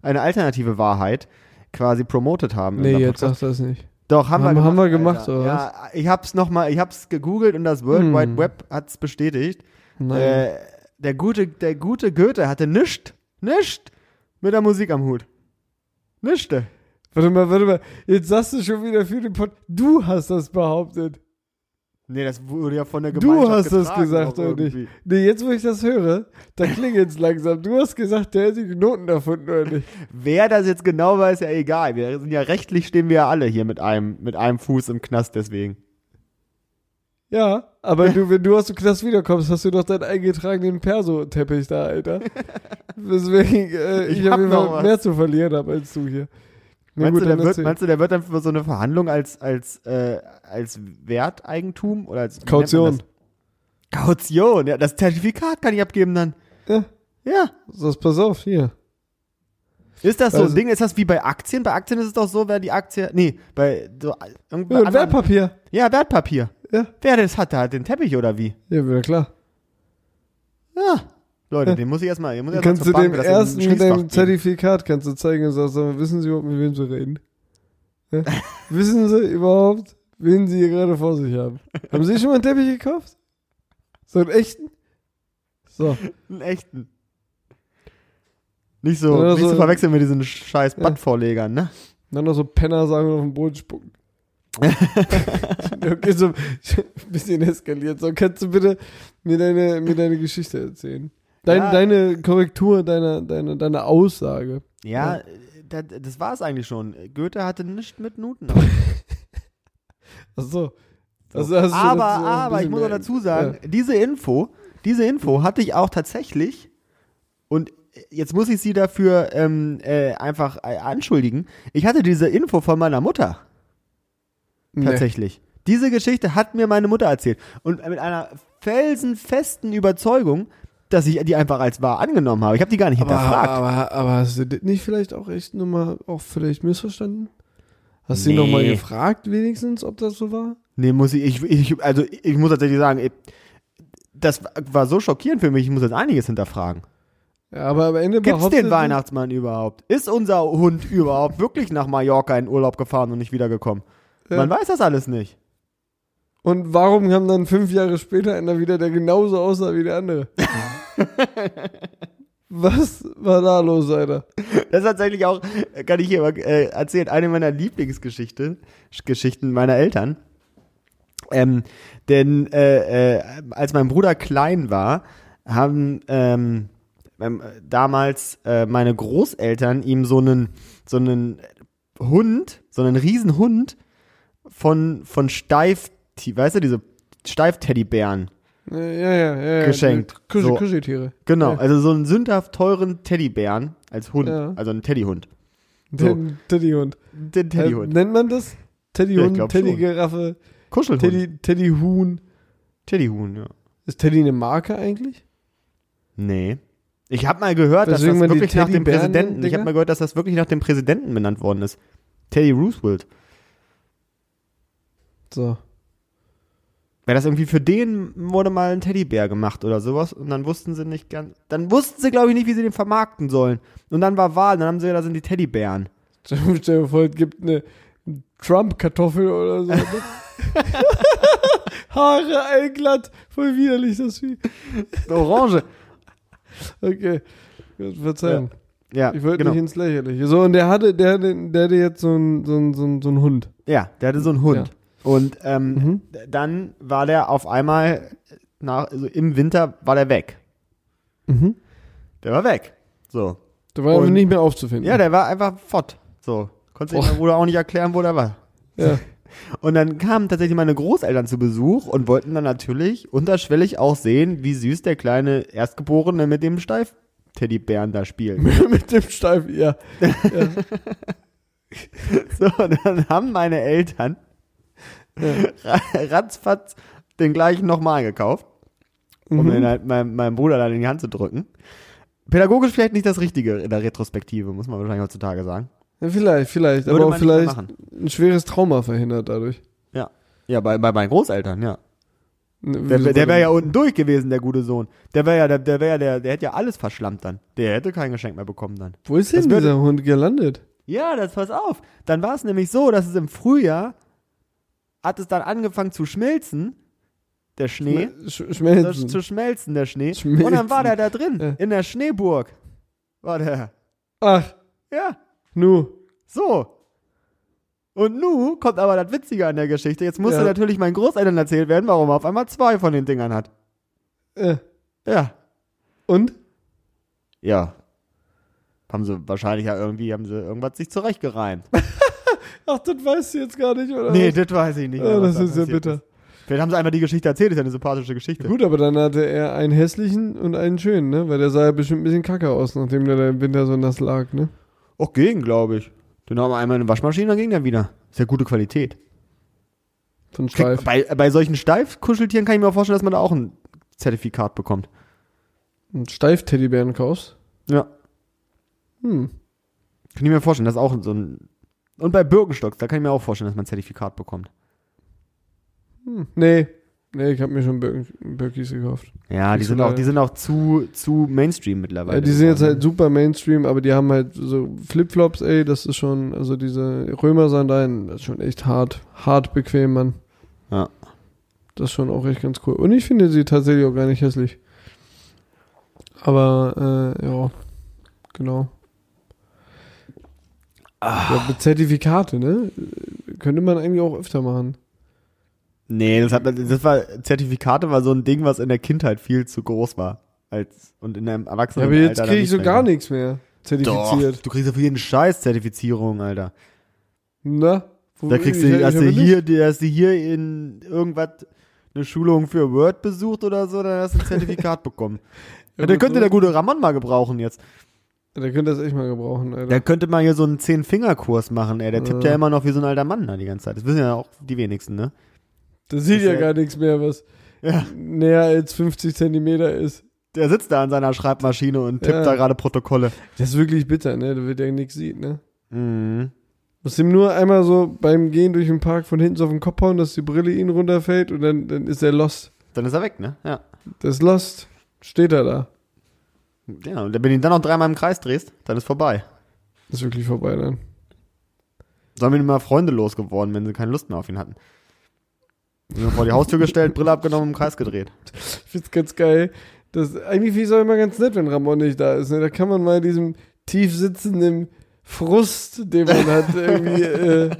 A: eine alternative Wahrheit quasi promotet haben. in
B: Nee,
A: unserem
B: jetzt
A: Podcast.
B: sagst du das nicht.
A: Doch, haben,
B: Haben-
A: wir gemacht.
B: haben wir gemacht,
A: Alter.
B: oder
A: ja, ich hab's nochmal, ich hab's gegoogelt und das World
B: Hm.
A: Wide Web hat's bestätigt.
B: Nein.
A: Äh, der, gute, der gute Goethe hatte nischt, nischt mit der Musik am Hut. Nischte.
B: Warte mal, warte mal. Jetzt sagst du schon wieder für den Pod. Du hast das behauptet.
A: Nee, das wurde ja von der Gemeinschaft
B: Du hast das
A: getragen
B: gesagt,
A: auch
B: oder nicht?
A: irgendwie.
B: Nee, jetzt wo ich das höre, da klingelt es langsam. Du hast gesagt, der hätte die Noten erfunden, oder nicht?
A: Wer das jetzt genau weiß, ja egal. Wir sind ja rechtlich stehen wir ja alle hier mit einem, mit einem Fuß im Knast deswegen.
B: Ja, aber du, wenn du aus dem Knast wiederkommst, hast du doch deinen eingetragenen Perso-Teppich da, Alter. Deswegen, äh, ich,
A: Ich
B: hab
A: hab
B: jeden
A: noch
B: Fall
A: was.
B: mehr zu verlieren habe als du hier. Na
A: meinst,
B: gut,
A: du, der
B: dann
A: wird,
B: erzähl.
A: meinst du, der wird dann für so eine Verhandlung als, als, äh, als Werteigentum oder als wie nennt man
B: Kaution.
A: das? Kaution, ja, das Zertifikat kann ich abgeben dann.
B: Ja,
A: Ja.
B: das pass auf, hier.
A: Ist das so
B: Also-
A: ein Ding? Ist das wie bei Aktien? Bei Aktien ist es doch so, wer die Aktie. Nee, bei so irgendwo.
B: Ja, und Wertpapier.
A: ja, Wertpapier.
B: Ja.
A: Wer das hat, der hat den Teppich oder wie?
B: Ja, wieder klar.
A: Ja. Leute,
B: Ja.
A: den muss ich erstmal. den muss ich erstmal
B: Dann kannst du
A: zur Bank,
B: dem
A: dass er in den
B: ersten mit
A: Schließfach
B: deinem
A: geht.
B: Zertifikat kannst du zeigen und sagst, sag mal, wissen Sie überhaupt, mit wem Sie reden? Ja? wissen Sie überhaupt, wen Sie hier gerade vor sich haben? Haben Sie schon mal einen Teppich gekauft? So einen echten? So,
A: Einen echten. Nicht so,
B: Oder
A: nicht
B: so-
A: zu verwechseln mit diesen scheiß
B: Also- Ja.
A: Badvorlegern, ne?
B: dann noch so Penner sagen und auf den Boden spucken. okay, so ein bisschen eskaliert. So, kannst du bitte mir deine, mir deine Geschichte erzählen? Dein,
A: Ja.
B: Deine Korrektur, deiner, deiner, deiner Aussage.
A: Ja, Das, das war es eigentlich schon. Goethe hatte nichts mit Nuten.
B: Ach so.
A: So.
B: Also hast du
A: aber,
B: dazu auch ein
A: aber ich
B: bisschen
A: muss auch
B: mehr-
A: dazu sagen, diese Info, diese Info hatte ich auch tatsächlich und jetzt muss ich sie dafür ähm, äh, einfach äh, anschuldigen. Ich hatte diese Info von meiner Mutter
B: Nee.
A: tatsächlich. Diese Geschichte hat mir meine Mutter erzählt und mit einer felsenfesten Überzeugung, dass ich die einfach als wahr angenommen habe. Ich habe die gar nicht
B: Aber,
A: hinterfragt.
B: aber, aber hast du das nicht vielleicht auch echt nur mal auch vielleicht missverstanden? Hast du ihn
A: Nee.
B: nochmal gefragt, wenigstens, ob das so war?
A: Nee, muss ich, ich, ich, also ich muss tatsächlich sagen, ich, das war so schockierend für mich, ich muss jetzt einiges hinterfragen.
B: Ja, aber am Ende
A: Gibt's
B: behauptet
A: den Weihnachtsmann überhaupt? Ist unser Hund überhaupt wirklich nach Mallorca in Urlaub gefahren und nicht wiedergekommen?
B: Ja.
A: Man weiß das alles nicht.
B: Und warum kam dann fünf Jahre später einer wieder, der genauso aussah wie der andere? Was war da los, Alter?
A: Das ist tatsächlich auch, kann ich hier mal äh, erzählen, eine meiner Lieblingsgeschichten Geschichten meiner Eltern. Ähm, denn äh, äh, als mein Bruder klein war, haben ähm, ähm, damals äh, meine Großeltern ihm so einen, so einen Hund, so einen Riesenhund von, von Steif, weißt du, diese Steif-Teddybären.
B: Äh, Ja, ja, ja. ja
A: Geschenkt.
B: die Kusch
A: So.
B: Kuscheltiere.
A: Genau,
B: Ja.
A: also so einen sündhaft teuren Teddybären als Hund,
B: Ja.
A: also einen Teddyhund. So.
B: Den Teddyhund.
A: Den
B: Äh,
A: Teddyhund.
B: nennt man das? Teddyhund,
A: glaub schon.
B: Teddygiraffe,
A: Kuschelhund.
B: Teddy, Teddyhuhn.
A: Teddyhuhn, ja.
B: Ist Teddy eine Marke eigentlich?
A: Nee. Ich habe mal gehört, dass
B: Deswegen
A: das
B: man die
A: wirklich nach dem
B: Teddybären nennt,
A: Präsidenten, ich
B: Digga?
A: habe mal gehört, dass das wirklich nach dem Präsidenten benannt worden ist. Teddy Roosevelt.
B: So.
A: Weil das irgendwie für den wurde mal ein Teddybär gemacht oder sowas und dann wussten sie nicht ganz, dann wussten sie glaube ich nicht, wie sie den vermarkten sollen. Und dann war Wahl, dann haben sie ja, da sind die Teddybären.
B: Stell stell dir vor, es gibt eine Trump-Kartoffel oder so. Haare allglatt. Voll widerlich, das Vieh.
A: Eine Orange.
B: Okay. Gut, Verzeihung.
A: ja,
B: Ich wollte
A: genau.
B: nicht ins Lächerliche. So, und der hatte, der, hatte- der hatte jetzt so einen so einen- so einen- so einen Hund.
A: Ja, der hatte so einen Hund.
B: Ja.
A: Und ähm,
B: Mhm.
A: d- dann war der auf einmal nach, also im Winter war der weg.
B: Mhm.
A: Der war weg. So.
B: Der war aber
A: Und-
B: nicht mehr aufzufinden.
A: Ja, der war einfach fort. So. Konnte sich
B: Boah.
A: mein Bruder auch nicht erklären, wo der war.
B: Ja.
A: Und dann kamen tatsächlich meine Großeltern zu Besuch und wollten dann natürlich unterschwellig auch sehen, wie süß der kleine Erstgeborene mit dem Steif-Teddybären da spielt.
B: Mit dem Steifen, ja.
A: so, und dann haben meine Eltern ra- ratzfatz den gleichen nochmal gekauft, um
B: Mhm.
A: den halt meinem, meinem Bruder dann in die Hand zu drücken. Pädagogisch vielleicht nicht das Richtige in der Retrospektive, muss man wahrscheinlich heutzutage sagen.
B: ja vielleicht, vielleicht.
A: Würde
B: aber auch
A: man nicht mehr
B: vielleicht
A: machen.
B: ein schweres Trauma verhindert dadurch.
A: Ja. Ja, bei, bei meinen Großeltern, ja.
B: Ne,
A: Der,
B: wieso
A: der wäre
B: denn?
A: ja unten durch gewesen, der gute Sohn. Der wäre ja, der, der wäre ja, der, der hätte ja alles verschlammt dann. Der hätte kein Geschenk mehr bekommen dann.
B: Wo ist denn
A: das würde-
B: dieser Hund gelandet?
A: Ja, das pass auf. Dann war es nämlich so, dass es im Frühjahr hat es dann angefangen zu schmelzen, der Schnee.
B: Sch
A: Das,
B: Schmelzen.
A: zu schmelzen, der Schnee. Und
B: Schmelzen.
A: dann war der da drin,
B: Ja.
A: in der Schneeburg. War der.
B: Ach,
A: Ja,
B: nu.
A: so. Und nu kommt aber das Witzige an der Geschichte. Jetzt musste
B: Ja.
A: natürlich meinen Großeltern erzählt werden, warum er auf einmal zwei von den Dingern hat.
B: Äh.
A: Ja.
B: Und?
A: Ja. Haben sie wahrscheinlich ja irgendwie, haben sie irgendwas sich zurechtgereimt.
B: Ach, das weißt du jetzt gar nicht, oder?
A: nee,
B: was?
A: äh, das weiß ich nicht. mehr,
B: oh,
A: was
B: das
A: da
B: ist ja
A: passiert
B: bitter.
A: Vielleicht haben sie einfach die Geschichte erzählt, ist ja eine sympathische Geschichte.
B: Gut, aber dann hatte er einen hässlichen und einen schönen, ne? Weil der sah ja bestimmt ein bisschen kacke aus, nachdem der da im Winter so nass lag, ne?
A: Auch gegen, glaube ich. Den haben wir einmal in eine Waschmaschine, dann ging der wieder. Ist ja gute Qualität.
B: Von
A: Kriegt-
B: Steif.
A: Bei, bei solchen Steifkuscheltieren kann ich mir auch vorstellen, dass man da auch ein Zertifikat bekommt.
B: Einen Steif-Teddybären kaufst.
A: Ja.
B: Hm.
A: Kann ich mir vorstellen, dass auch so ein. Und bei Birkenstocks, da kann ich mir auch vorstellen, dass man ein Zertifikat bekommt.
B: hm. Nee. Nee, ich habe mir schon Bir Birkis gekauft.
A: Ja, die
B: Nicht so
A: sind, auch,
B: leider.
A: die sind auch zu, zu Mainstream mittlerweile. ne?
B: Ja, die sind jetzt halt
A: geworden,
B: super Mainstream, aber die haben halt so Flipflops, ey, das ist schon, also diese Römer-Sandalen, das ist schon echt hart, hart bequem, Mann.
A: Ja.
B: Das ist schon auch echt ganz cool. Und ich finde sie tatsächlich auch gar nicht hässlich. Aber, äh, ja, genau.
A: Ah.
B: Ja, mit Zertifikate, ne? Könnte man eigentlich auch öfter machen.
A: ne? Nee, das, hat, das war. Zertifikate war so ein Ding, was in der Kindheit viel zu groß war. Als, und in einem
B: Ja,
A: Erwachsenen.
B: aber jetzt kriege ich so gar nichts mehr zertifiziert.
A: Doch, du kriegst ja für jeden Scheiß Zertifizierung, Alter.
B: Na? Wo-
A: Da kriegst
B: ich-
A: du,
B: ich
A: hast du
B: habe nicht-
A: hier, die- hast du hier in irgendwas eine Schulung für Word besucht oder so, dann hast du ein Zertifikat bekommen. Ja,
B: aber
A: dann könnte
B: so-
A: der gute Ramon mal gebrauchen jetzt.
B: Der könnte das echt mal gebrauchen, Alter.
A: Da könnte man hier so einen Zehn-Finger-Kurs machen, ey. Der tippt
B: Ja.
A: ja immer noch wie so ein alter Mann da die ganze Zeit. Das wissen ja auch die wenigsten, ne?
B: Das sieht
A: Ist
B: ja
A: ja-
B: gar nichts mehr, was
A: Ja.
B: näher als 50 Zentimeter ist.
A: Der sitzt da an seiner Schreibmaschine und tippt
B: Ja.
A: da gerade Protokolle.
B: Das ist wirklich bitter, ne? Da wird ja nichts sieht, ne?
A: Mhm.
B: Muss ihm nur einmal so beim Gehen durch den Park von hinten so auf den Kopf hauen, dass die Brille ihn runterfällt und dann, dann ist er lost.
A: Dann ist er weg, ne? Ja.
B: Das ist lost. Steht er da.
A: Ja, und wenn du ihn dann noch dreimal im Kreis drehst, dann ist vorbei.
B: Ist wirklich vorbei ne? dann.
A: Sollen wir mal Freunde losgeworden, wenn sie keine Lust mehr auf ihn hatten. Sind wir vor die Haustür gestellt, Brille abgenommen, im Kreis gedreht.
B: Ich find's ganz geil. Das, eigentlich finde ich es auch immer ganz nett, wenn Ramon nicht da ist. Ne? Da kann man mal diesem tief sitzenden Frust, den man hat, irgendwie. Äh,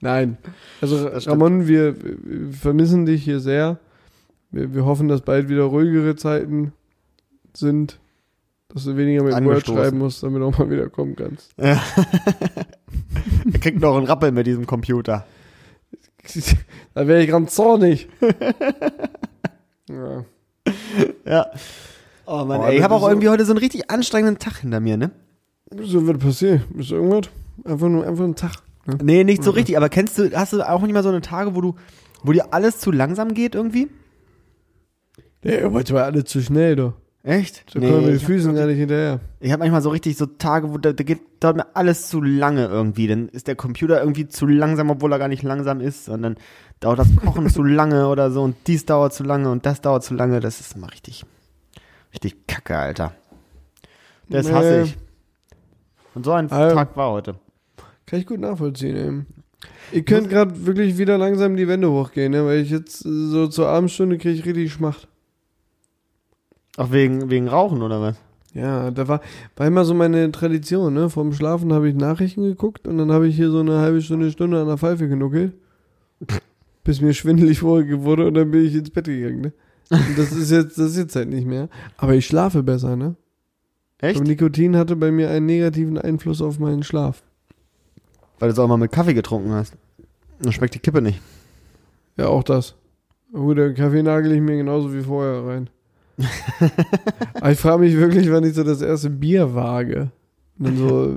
B: Nein. Also,
A: Das stimmt.
B: Ramon, wir, wir vermissen dich hier sehr. Wir, wir hoffen, dass bald wieder ruhigere Zeiten sind. Dass du weniger mit Word
A: Angestoßen.
B: schreiben musst, damit du auch mal wieder kommen kannst.
A: er kriegt noch einen Rappel mit diesem Computer.
B: da wäre ich ganz zornig. ja.
A: Ja. Oh Mann,
B: Oh,
A: ey, ich
B: das
A: habe
B: ist
A: auch
B: so-
A: irgendwie heute so einen richtig anstrengenden Tag hinter mir, ne?
B: So wird passieren. Ist irgendwas? Einfach nur einfach ein Tag. Ne?
A: Nee, nicht so richtig, aber kennst du, hast du auch nicht mal so eine Tage, wo du, wo dir alles zu langsam geht irgendwie?
B: Ja, manchmal alle zu schnell, doch.
A: Echt?
B: Da kommen wir mit
A: ich
B: den Füßen gar nicht hinterher.
A: Ich habe manchmal so richtig so Tage, wo da, da geht, dauert mir alles zu lange irgendwie. Dann ist der Computer irgendwie zu langsam, obwohl er gar nicht langsam ist. Und dann dauert das Kochen zu lange oder so. Und dies dauert zu lange und das dauert zu lange. Das ist immer richtig, richtig kacke, Alter. Das
B: Nee.
A: hasse ich. Und so ein
B: Ah, ja.
A: Tag war heute.
B: Kann ich gut nachvollziehen, eben. Ihr könnt gerade wirklich wieder langsam die Wände hochgehen, ne? weil ich jetzt äh, so zur Abendstunde kriege ich richtig Schmacht.
A: Auch wegen, wegen Rauchen oder was?
B: Ja, da war, war immer so meine Tradition, ne? Vorm Schlafen habe ich Nachrichten geguckt und dann habe ich hier so eine halbe Stunde, Stunde an der Pfeife genuckelt. bis mir schwindelig wurde wurde und dann bin ich ins Bett gegangen, ne? Und das ist jetzt, das ist jetzt halt nicht mehr. Aber ich schlafe besser, ne?
A: Echt?
B: Aber Nikotin hatte bei mir einen negativen Einfluss auf meinen Schlaf.
A: Weil du es auch mal mit Kaffee getrunken hast. Dann schmeckt die Kippe nicht.
B: Ja, auch das. Gut, den Kaffee nagel ich mir genauso wie vorher rein. Aber ich frage mich wirklich, wann ich so das erste Bier wage. Und dann so,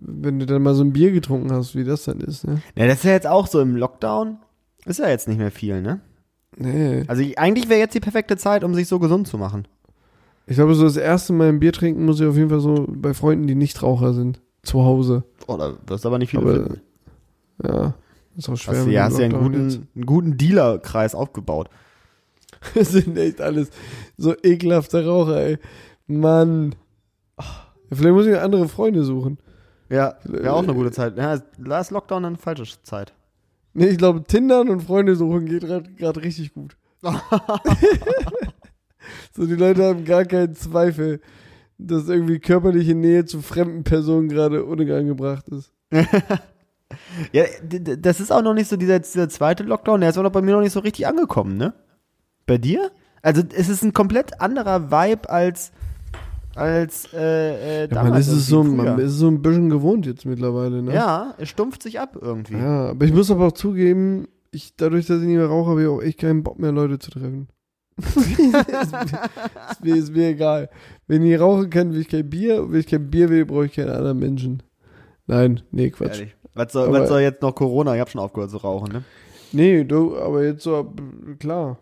B: wenn du dann mal so ein Bier getrunken hast, wie das dann ist, ne?
A: Ja, das ist ja jetzt auch so im Lockdown. Ist ja jetzt nicht mehr viel, ne?
B: Nee.
A: Also ich, eigentlich wäre jetzt die perfekte Zeit, um sich so gesund zu machen.
B: Ich glaube, so das erste Mal ein Bier trinken muss ich auf jeden Fall so bei Freunden, die nicht Raucher sind. Zu Hause.
A: Oh, da wirst du aber nicht viel
B: Aber,
A: finden.
B: ja. Ist auch schwer.
A: Hast, du
B: mit
A: ja,
B: dem
A: hast ja einen
B: Lockdown
A: guten,
B: jetzt.
A: einen guten Dealer-Kreis aufgebaut.
B: Das sind echt alles so ekelhafte Raucher, ey. Mann. Ah, Vielleicht muss ich mir andere Freunde suchen.
A: Ja, wäre auch eine
B: Äh.
A: gute Zeit. Ja, ist- da ist Lockdown eine falsche Zeit.
B: Nee, ich glaube, Tindern und Freunde suchen geht gerade richtig gut. so, die Leute haben gar keinen Zweifel, dass irgendwie körperliche Nähe zu fremden Personen gerade unangebracht ist.
A: Ja, d- d- das ist auch noch nicht so dieser, dieser zweite Lockdown, der ist auch noch bei mir noch nicht so richtig angekommen, ne? Bei dir? Also es ist ein komplett anderer Vibe als als äh, äh,
B: Ja, man
A: damals.
B: ist, es so,
A: irgendwie
B: man
A: früher.
B: ist es so ein bisschen gewohnt jetzt mittlerweile, ne?
A: ja, es stumpft sich ab irgendwie.
B: Ja, aber ich muss aber auch zugeben, ich, dadurch, dass ich nicht mehr rauche, habe ich auch echt keinen Bock mehr, Leute zu treffen. ist, mir, ist, mir, ist mir egal. Wenn ich rauchen kann, will ich kein Bier. Und wenn ich kein Bier will, brauche ich keine anderen Menschen. Nein, nee, Quatsch.
A: Ehrlich. Was soll,
B: Aber-
A: was soll jetzt noch Corona? Ich habe schon aufgehört zu rauchen, ne?
B: Nee, du, aber jetzt so, ab- klar.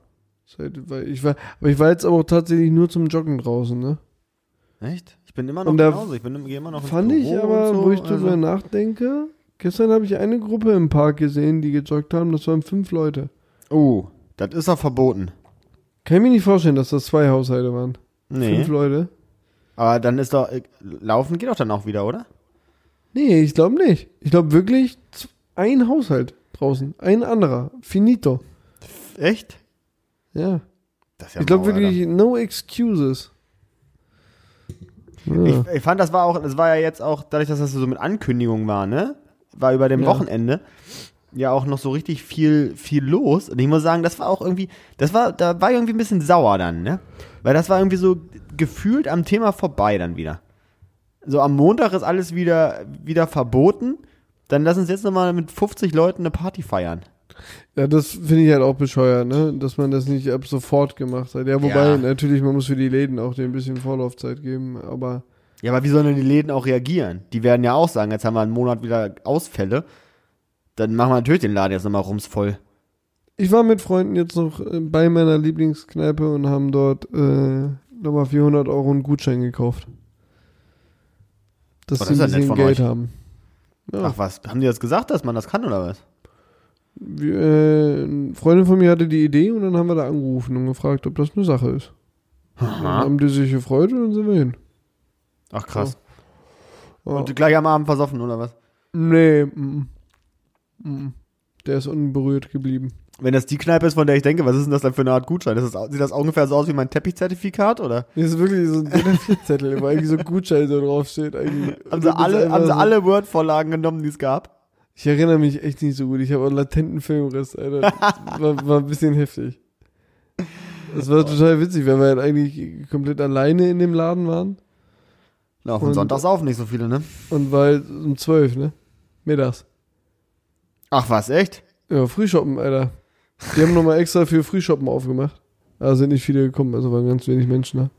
B: Ist halt- weil Ich war, aber ich war jetzt aber auch tatsächlich nur zum Joggen draußen, ne?
A: Echt? Ich bin immer noch
B: Und da
A: genauso. Ich bin geh immer noch ins
B: Fand ich
A: Büro
B: aber,
A: und so,
B: wo ich drüber
A: also-
B: nachdenke, gestern habe ich eine Gruppe im Park gesehen, die gejoggt haben, das waren fünf Leute.
A: Oh, das ist auch verboten.
B: Kann ich mir nicht vorstellen, dass das zwei Haushalte waren.
A: Nee.
B: Fünf Leute.
A: Aber dann ist doch, äh, laufen geht doch dann auch wieder, oder?
B: Nee, ich glaube nicht. Ich glaube wirklich z- ein Haushalt draußen, ein anderer. Finito.
A: Echt?
B: Ja.
A: Das ist
B: ich glaube
A: mau, Alter.
B: wirklich, no excuses. Ja.
A: Ich, ich fand, das war auch, das war ja jetzt auch, dadurch, dass das so mit Ankündigungen war, ne? War über dem
B: Ja.
A: Wochenende ja auch noch so richtig viel, viel los. Und ich muss sagen, das war auch irgendwie, das war, da war ich irgendwie ein bisschen sauer dann, ne? Weil das war irgendwie so gefühlt am Thema vorbei dann wieder. So am Montag ist alles wieder, wieder verboten. Dann lass uns jetzt nochmal mit 50 Leuten eine Party feiern.
B: Ja, das finde ich halt auch bescheuert, ne? Dass man das nicht ab sofort gemacht hat. Ja, wobei
A: Ja.
B: natürlich, man muss für die Läden auch denen ein bisschen Vorlaufzeit geben, aber
A: Ja, aber wie sollen denn die Läden auch reagieren? Die werden ja auch sagen, jetzt haben wir einen Monat wieder Ausfälle. Dann machen wir natürlich den Laden jetzt nochmal rumsvoll.
B: ich war mit Freunden jetzt noch äh, bei meiner Lieblingskneipe und haben dort äh, nochmal 400 Euro einen Gutschein gekauft. Dass
A: Oh, das
B: sie
A: ist
B: ein
A: ja nett von
B: bisschen Geld
A: euch.
B: haben. Ja,
A: Ach was, haben die das gesagt, dass man das kann oder was?
B: wie, äh, eine Freundin von mir hatte die Idee und dann haben wir da angerufen und gefragt, ob das eine Sache ist. Dann haben die sich gefreut und dann sind wir hin.
A: Ach krass.
B: Ja.
A: Und gleich am Abend versoffen, oder was?
B: nee, mm, mm. der ist unberührt geblieben.
A: Wenn das die Kneipe ist, von der ich denke, was ist denn das dann für eine Art Gutschein? Ist das, au- sieht das ungefähr so aus wie mein Teppichzertifikat, oder?
B: Hier ist wirklich so ein DIN-A4-Zettel, wo eigentlich so ein Gutschein so draufsteht. Eigentlich.
A: Haben sie alle, haben sie alle Word-Vorlagen genommen, die es gab?
B: Ich erinnere mich echt nicht so gut. Ich habe einen latenten Filmriss, Alter. Das war, war ein bisschen heftig. Das war total witzig, weil wir halt eigentlich komplett alleine in dem Laden waren.
A: Na, auf
B: Und-
A: dem Sonntagsauf nicht so viele, ne?
B: Und war halt um 12, ne? Mittags.
A: Ach was, echt?
B: Ja, Frühshoppen, Alter. Die haben nochmal extra für Frühshoppen aufgemacht. Da sind nicht viele gekommen, also waren ganz wenig Menschen da.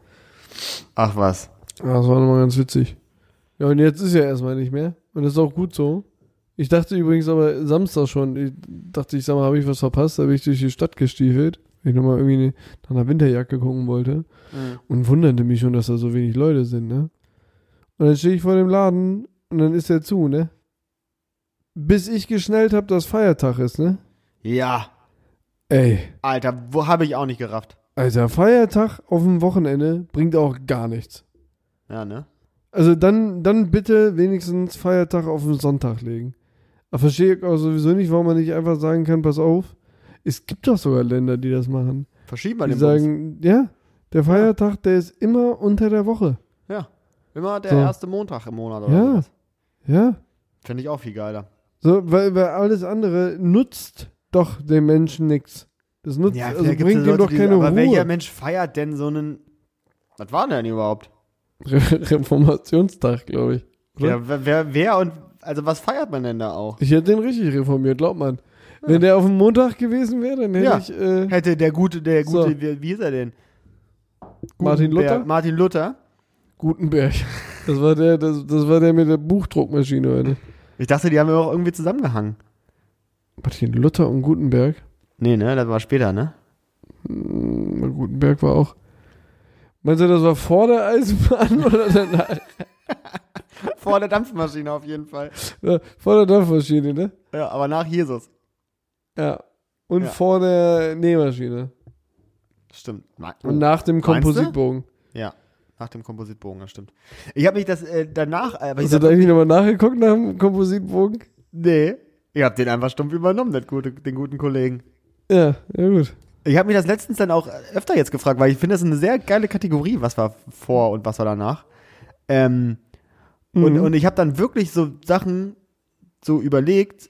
A: Ach was.
B: Ja, das war nochmal ganz witzig. Ja, und jetzt ist ja erstmal nicht mehr. Und das ist auch gut so. Ich dachte übrigens aber Samstag schon, ich dachte ich, sag mal, habe ich was verpasst? Da bin ich durch die Stadt gestiefelt, weil ich nochmal irgendwie nach einer Winterjacke gucken wollte.
A: Hm.
B: Und wunderte mich schon, dass da so wenig Leute sind, ne? Und dann stehe ich vor dem Laden und dann ist der zu, ne? Bis ich geschnallt habe, dass Feiertag ist, ne?
A: Ja.
B: Ey,
A: Alter, wo habe ich auch nicht gerafft?
B: Alter, Feiertag auf dem Wochenende bringt auch gar nichts.
A: Ja, ne?
B: Also dann, dann bitte wenigstens Feiertag auf den Sonntag legen. Aber verstehe ich auch sowieso nicht, warum man nicht einfach sagen kann, pass auf. Es gibt doch sogar Länder, die das machen.
A: Verschieben wir
B: Die
A: den
B: sagen, ja, der Feiertag, der ist immer unter der Woche.
A: Bums. Ja. Immer der
B: So.
A: erste Montag im Monat, oder?
B: Ja.
A: sowas.
B: Ja.
A: Finde ich auch viel geiler.
B: So, weil, weil alles andere nutzt doch dem Menschen nichts. Das nutzt, also
A: vielleicht gibt's
B: bringt ihm doch
A: die-
B: keine
A: aber welcher
B: Ruhe.
A: Mensch feiert denn so einen. Was war denn überhaupt?
B: Reformationstag, glaube ich. Oder?
A: Ja, wer, wer, wer und. Also, was feiert man denn da auch?
B: Ich hätte den richtig reformiert, glaubt man. Wenn der auf dem Montag gewesen wäre, dann hätte
A: Ja.
B: ich äh,
A: Hätte der gute, der
B: So.
A: gute, wie, wie ist er denn?
B: Martin
A: Gutenberg-
B: Luther.
A: Martin Luther.
B: Gutenberg. Das war der, das, das war der mit der Buchdruckmaschine, oder? nicht?
A: Ich dachte, die haben wir auch irgendwie zusammengehangen.
B: Martin Luther und Gutenberg.
A: Nee, ne, das war später, ne?
B: Hm, Gutenberg war auch. Meinst du, das war vor der Eisenbahn oder danach?
A: Vor der Dampfmaschine auf jeden Fall.
B: Ja, vor der Dampfmaschine, ne?
A: Ja, aber nach Jesus.
B: Ja. Und
A: Ja.
B: vor der Nähmaschine.
A: Stimmt. Na-
B: Und nach dem
A: Meinst du?
B: Kompositbogen.
A: ja, nach dem Kompositbogen, das stimmt. Ich habe mich das äh, danach, äh, aber ich
B: Hast du
A: hab,
B: da eigentlich nochmal nachgeguckt nach dem Kompositbogen?
A: nee, ich habe den einfach stumpf übernommen, das gute, den guten Kollegen.
B: Ja, ja gut.
A: Ich habe mich das letztens dann auch öfter jetzt gefragt, weil ich finde, das ist eine sehr geile Kategorie, was war vor und was war danach. Ähm, und,
B: Mhm.
A: und ich habe dann wirklich so Sachen so überlegt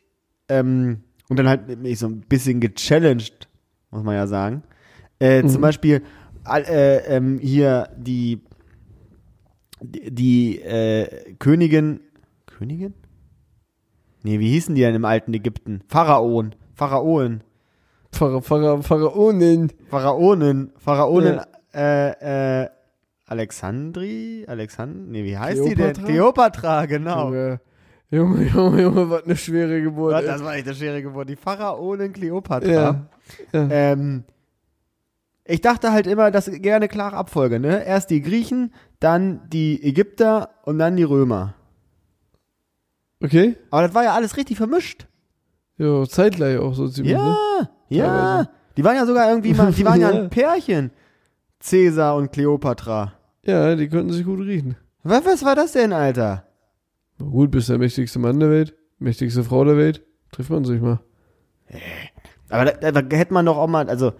A: ähm, und dann halt mich so ein bisschen gechallenged, muss man ja sagen. Äh, Zum Beispiel all- äh, ähm, hier die, die, die äh, Königin, Königin? Nee, wie hießen die denn im alten Ägypten? Pharaon, Pharaonen.
B: Pfarrer, Pfarrer, Pharaonin.
A: Pharaonin, Pharaonin, äh, äh, Alexandri, Alexand, nee, wie heißt die denn? Kleopatra,
B: Kleopatra?
A: genau.
B: Junge, Junge, Junge, Junge, was eine schwere Geburt.
A: Gott,
B: ey.
A: das war echt eine schwere Geburt. Die Pharaonin Kleopatra.
B: ja. ja.
A: Ähm, ich dachte halt immer, das wäre eine klare Abfolge, ne? Erst die Griechen, dann die Ägypter und dann die Römer.
B: Okay.
A: Aber das war ja alles richtig vermischt.
B: Ja, zeitgleich auch so ziemlich.
A: Ja,
B: Ne?
A: ja.
B: Teilweise.
A: Die waren ja sogar irgendwie mal, die waren ja
B: Ja.
A: ein Pärchen. Cäsar und Kleopatra.
B: Ja, die konnten sich gut riechen.
A: Was, was war das denn, Alter?
B: Na gut, bist der mächtigste Mann der Welt, mächtigste Frau der Welt. Trifft man sich mal.
A: Aber da, da hätte man doch auch mal, also,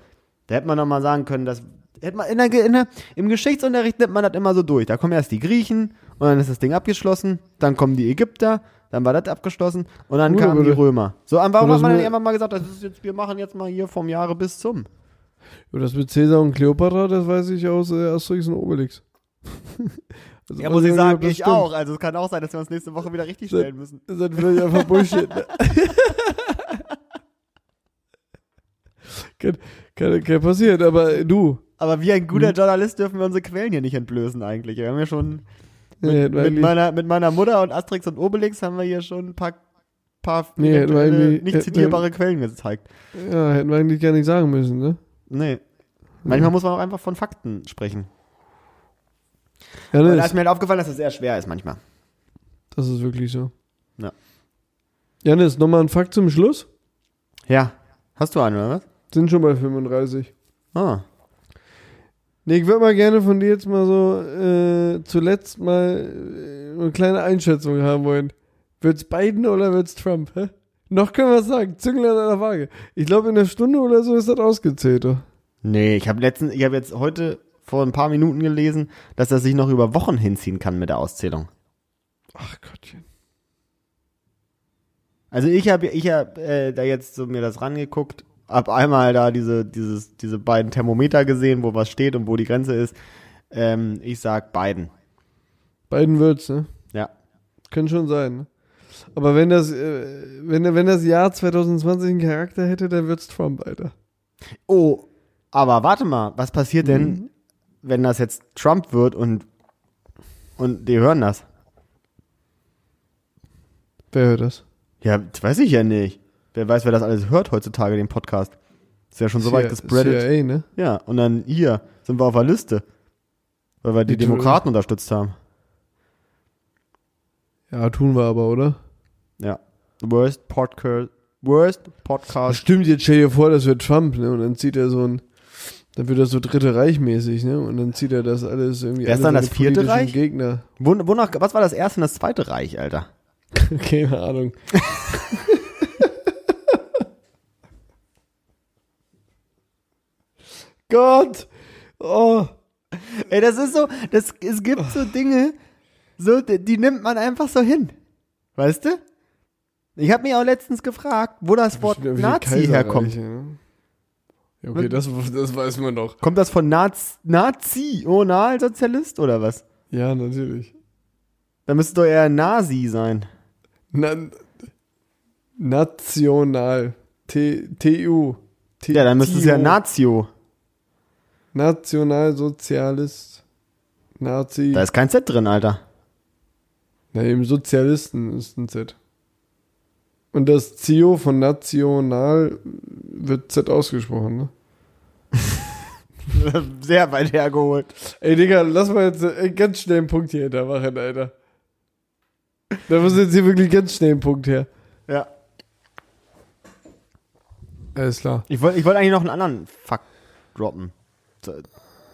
A: da hätte man doch mal sagen können, dass, hätte man in der, Ge- in der, im Geschichtsunterricht nimmt man das immer so durch. Da kommen erst die Griechen und dann ist das Ding abgeschlossen, dann kommen die Ägypter, dann war das abgeschlossen und dann
B: Gut,
A: kamen
B: aber
A: die
B: da-
A: Römer. So, warum hat
B: das
A: man
B: mu-
A: denn immer mal gesagt, das ist jetzt, wir machen jetzt mal hier vom Jahre bis zum?
B: Und das mit Cäsar und Kleopatra, das weiß ich aus äh, Asterix und Obelix. Also weiß nicht, ob das stimmt.
A: Also, es kann auch sein, dass wir uns nächste Woche wieder richtig
B: stellen
A: müssen.
B: Das ist natürlich einfach Bullshit. ne? kann, kann, kann passieren, aber du.
A: Aber wie ein
B: Hm.
A: guter Journalist dürfen wir unsere Quellen hier nicht entblößen, eigentlich. Wir haben ja schon
B: Nee,
A: Mit,
B: hätten wir
A: mit,
B: eigentlich-
A: meiner, mit meiner Mutter und Asterix und Obelix haben wir hier schon ein paar, paar
B: Nee, hätten wir äh,
A: eventuelle,
B: eigentlich-
A: nicht
B: hätten wir-
A: zitierbare Quellen gezeigt.
B: ja, hätten wir eigentlich gar nicht sagen müssen, ne?
A: Nee. Manchmal muss man auch einfach von Fakten sprechen.
B: Ja,
A: Und
B: ne,
A: da
B: ist-
A: ist mir halt aufgefallen, dass es sehr schwer ist manchmal.
B: Das ist wirklich so.
A: Ja.
B: Janis, nochmal ein Fakt zum Schluss.
A: Ja. Hast du einen, oder was?
B: Sind schon bei 35.
A: Ah.
B: Nee, ich würde mal gerne von dir jetzt mal so äh, zuletzt mal äh, eine kleine Einschätzung haben wollen. Wird's Biden oder wird's Trump? Hä? Noch können wir es sagen. Züngel an einer Waage. Ich glaube, in einer Stunde oder so ist das ausgezählt. Doch.
A: Nee, ich habe letztens, ich habe jetzt heute vor ein paar Minuten gelesen, dass das sich noch über Wochen hinziehen kann mit der Auszählung.
B: Ach Gottchen.
A: Also ich habe ich hab, äh, da jetzt so mir das rangeguckt, hab einmal da diese, dieses, diese beiden Thermometer gesehen, wo was steht und wo die Grenze ist. Ähm, ich sag beiden.
B: Biden wird's, ne?
A: Ja.
B: Kann schon sein. ne? Aber wenn das, äh, wenn, wenn das Jahr 2020 einen Charakter hätte, dann wird's Trump, Alter.
A: Oh, aber warte mal, was passiert denn, wenn das jetzt Trump wird und, und die hören das?
B: Wer hört das?
A: Ja, das weiß ich ja nicht. Wer weiß, wer das alles hört heutzutage, den Podcast. Ist ja schon so weit
B: CIA,
A: gespreadet.
B: CIA, ne?
A: Ja, und dann hier sind wir auf der Liste. Weil wir die,
B: Die
A: Demokraten unterstützt haben.
B: Ja, tun wir aber, oder?
A: Ja. Worst Podcast. Worst Podcast.
B: Stimmt, jetzt stell dir vor, das wird Trump, ne? Und dann zieht er so ein, dann wird das so Dritte Reich mäßig, ne? Und dann zieht er das alles irgendwie.
A: Wer ist
B: alle
A: dann
B: seine
A: das Vierte
B: politischen
A: Reich?
B: Gegner.
A: Wo, wonach, was war das erste und das zweite Reich, Alter?
B: Keine Ahnung. Gott! Oh!
A: Ey, das ist so, das, es gibt so Dinge, so, die, die nimmt man einfach so hin. Weißt du? Ich habe mich auch letztens gefragt, wo das Wort
B: Bestimmt irgendwelche
A: Nazi herkommt.
B: Kaiserreiche, ne? Ja, okay, das, das weiß man doch.
A: Kommt das von Naz, Nazi, oh, Nationalsozialist oder was?
B: Ja, natürlich.
A: Da müsste doch eher Nazi sein.
B: Na, national. T, TU. T,
A: Ja, dann müsste es ja
B: TU.
A: Nazio.
B: Nationalsozialist. Nazi.
A: Da ist kein Z drin, Alter.
B: Na, im Sozialisten ist ein Z. Und das Zio von national wird Z ausgesprochen, ne?
A: Sehr weit hergeholt.
B: Ey, Digga, lass mal jetzt äh, ganz schnell einen Punkt hier hinter machen, Alter. Da muss jetzt hier wirklich ganz schnell ein Punkt her.
A: Ja.
B: Alles klar.
A: Ich wollte ich wollt eigentlich noch einen anderen Fuck droppen. So,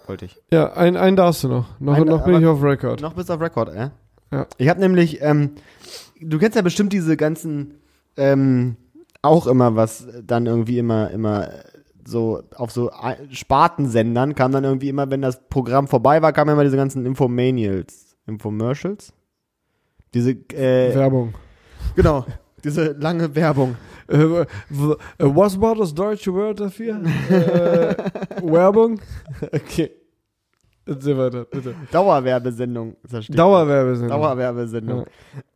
A: Wollte ich.
B: Ja, einen, einen darfst du noch. Noch,
A: Einen-
B: noch bin ich
A: aber-
B: auf Record.
A: Noch bis auf Record, äh?
B: Ja.
A: Ich habe nämlich, ähm, du kennst ja bestimmt diese ganzen, ähm, auch immer was dann irgendwie immer, immer so auf so ein- Spartensendern kam dann irgendwie immer, wenn das Programm vorbei war, kamen immer diese ganzen Infomanials, Infomercials. Diese, äh,
B: Werbung.
A: genau, diese lange Werbung.
B: Äh, w- w- äh, was war das deutsche Wort dafür? äh, Werbung? Okay. Erzähl weiter, bitte.
A: Dauerwerbesendung. Ist das Stichwort.
B: Dauerwerbesendung.
A: Dauerwerbesendung.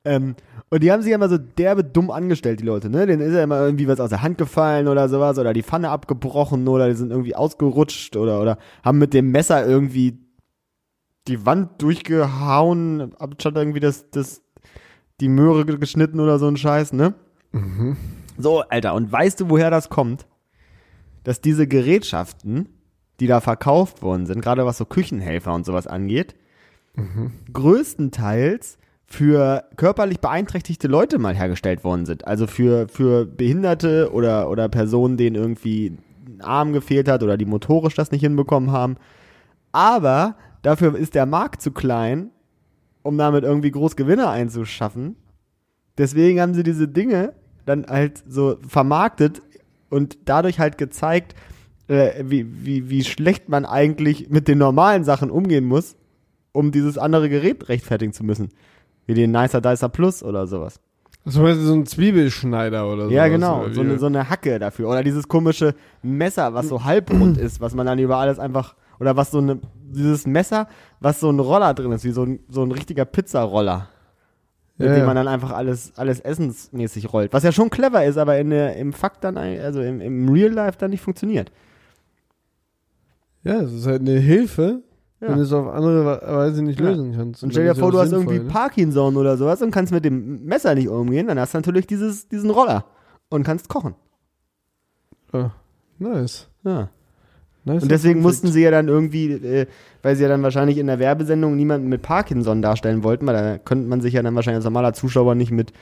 A: Ähm, und die haben sich ja immer so derbe dumm angestellt, die Leute, ne? Denen ist ja immer irgendwie was aus der Hand gefallen oder sowas oder die Pfanne abgebrochen oder die sind irgendwie ausgerutscht oder, oder haben mit dem Messer irgendwie die Wand durchgehauen, anstatt irgendwie das, das, die Möhre ge- geschnitten oder so ein Scheiß, ne? So, Alter, und weißt du, woher das kommt? Dass diese Gerätschaften, die da verkauft worden sind, gerade was so Küchenhelfer und sowas angeht, größtenteils für körperlich beeinträchtigte Leute mal hergestellt worden sind. Also für, für Behinderte oder, oder Personen, denen irgendwie ein Arm gefehlt hat oder die motorisch das nicht hinbekommen haben. Aber dafür ist der Markt zu klein, um damit irgendwie groß Gewinne einzuschaffen. Deswegen haben sie diese Dinge dann halt so vermarktet und dadurch halt gezeigt, äh, wie, wie, wie schlecht man eigentlich mit den normalen Sachen umgehen muss, um dieses andere Gerät rechtfertigen zu müssen. Wie den Nicer Dicer Plus oder sowas.
B: Das war so ein Zwiebelschneider oder so.
A: ja, genau. So eine, so eine Hacke dafür. Oder dieses komische Messer, was so halbrund ist, was man dann über alles einfach. Oder was so eine. Dieses Messer, was so ein Roller drin ist, wie so ein, so ein richtiger Pizzaroller. Mit
B: Ja,
A: dem
B: ja.
A: man dann einfach alles, alles essensmäßig rollt. Was ja schon clever ist, aber in der, im Fakt dann, ein- also im, im Real Life dann nicht funktioniert.
B: ja, es ist halt eine Hilfe,
A: Ja.
B: wenn du es auf andere Wa- Weise nicht
A: Ja.
B: lösen kannst.
A: Und stell
B: dann
A: dir
B: ist
A: vor,
B: auch
A: du hast
B: sinnvoll,
A: irgendwie
B: ne?
A: Parkinson oder sowas und kannst mit dem Messer nicht umgehen, dann hast du natürlich dieses, diesen Roller und kannst kochen.
B: Ah, nice.
A: Ja.
B: nice.
A: Und deswegen mussten sie ja dann irgendwie, äh, weil sie ja dann wahrscheinlich in der Werbesendung niemanden mit Parkinson darstellen wollten, weil da könnte man sich ja dann wahrscheinlich als normaler Zuschauer nicht mit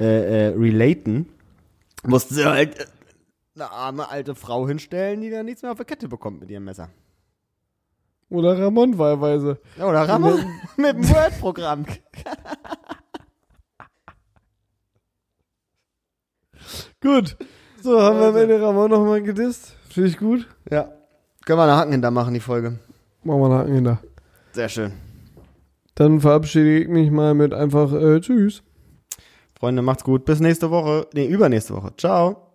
A: äh, äh, relaten, mussten sie halt äh, eine arme alte Frau hinstellen, die dann nichts mehr auf der Kette bekommt mit ihrem Messer.
B: Oder Ramon wahlweise.
A: Ja, oder Ramon mit dem Word-Programm.
B: Gut. So, haben wir am Ende Ramon nochmal gedisst. Finde ich gut.
A: Ja. Können wir einen Haken hinter machen, die Folge.
B: Machen wir einen Haken hinter.
A: Sehr schön.
B: Dann verabschiede ich mich mal mit einfach äh, Tschüss.
A: Freunde, macht's gut. Bis nächste Woche. Nee, übernächste Woche. Ciao.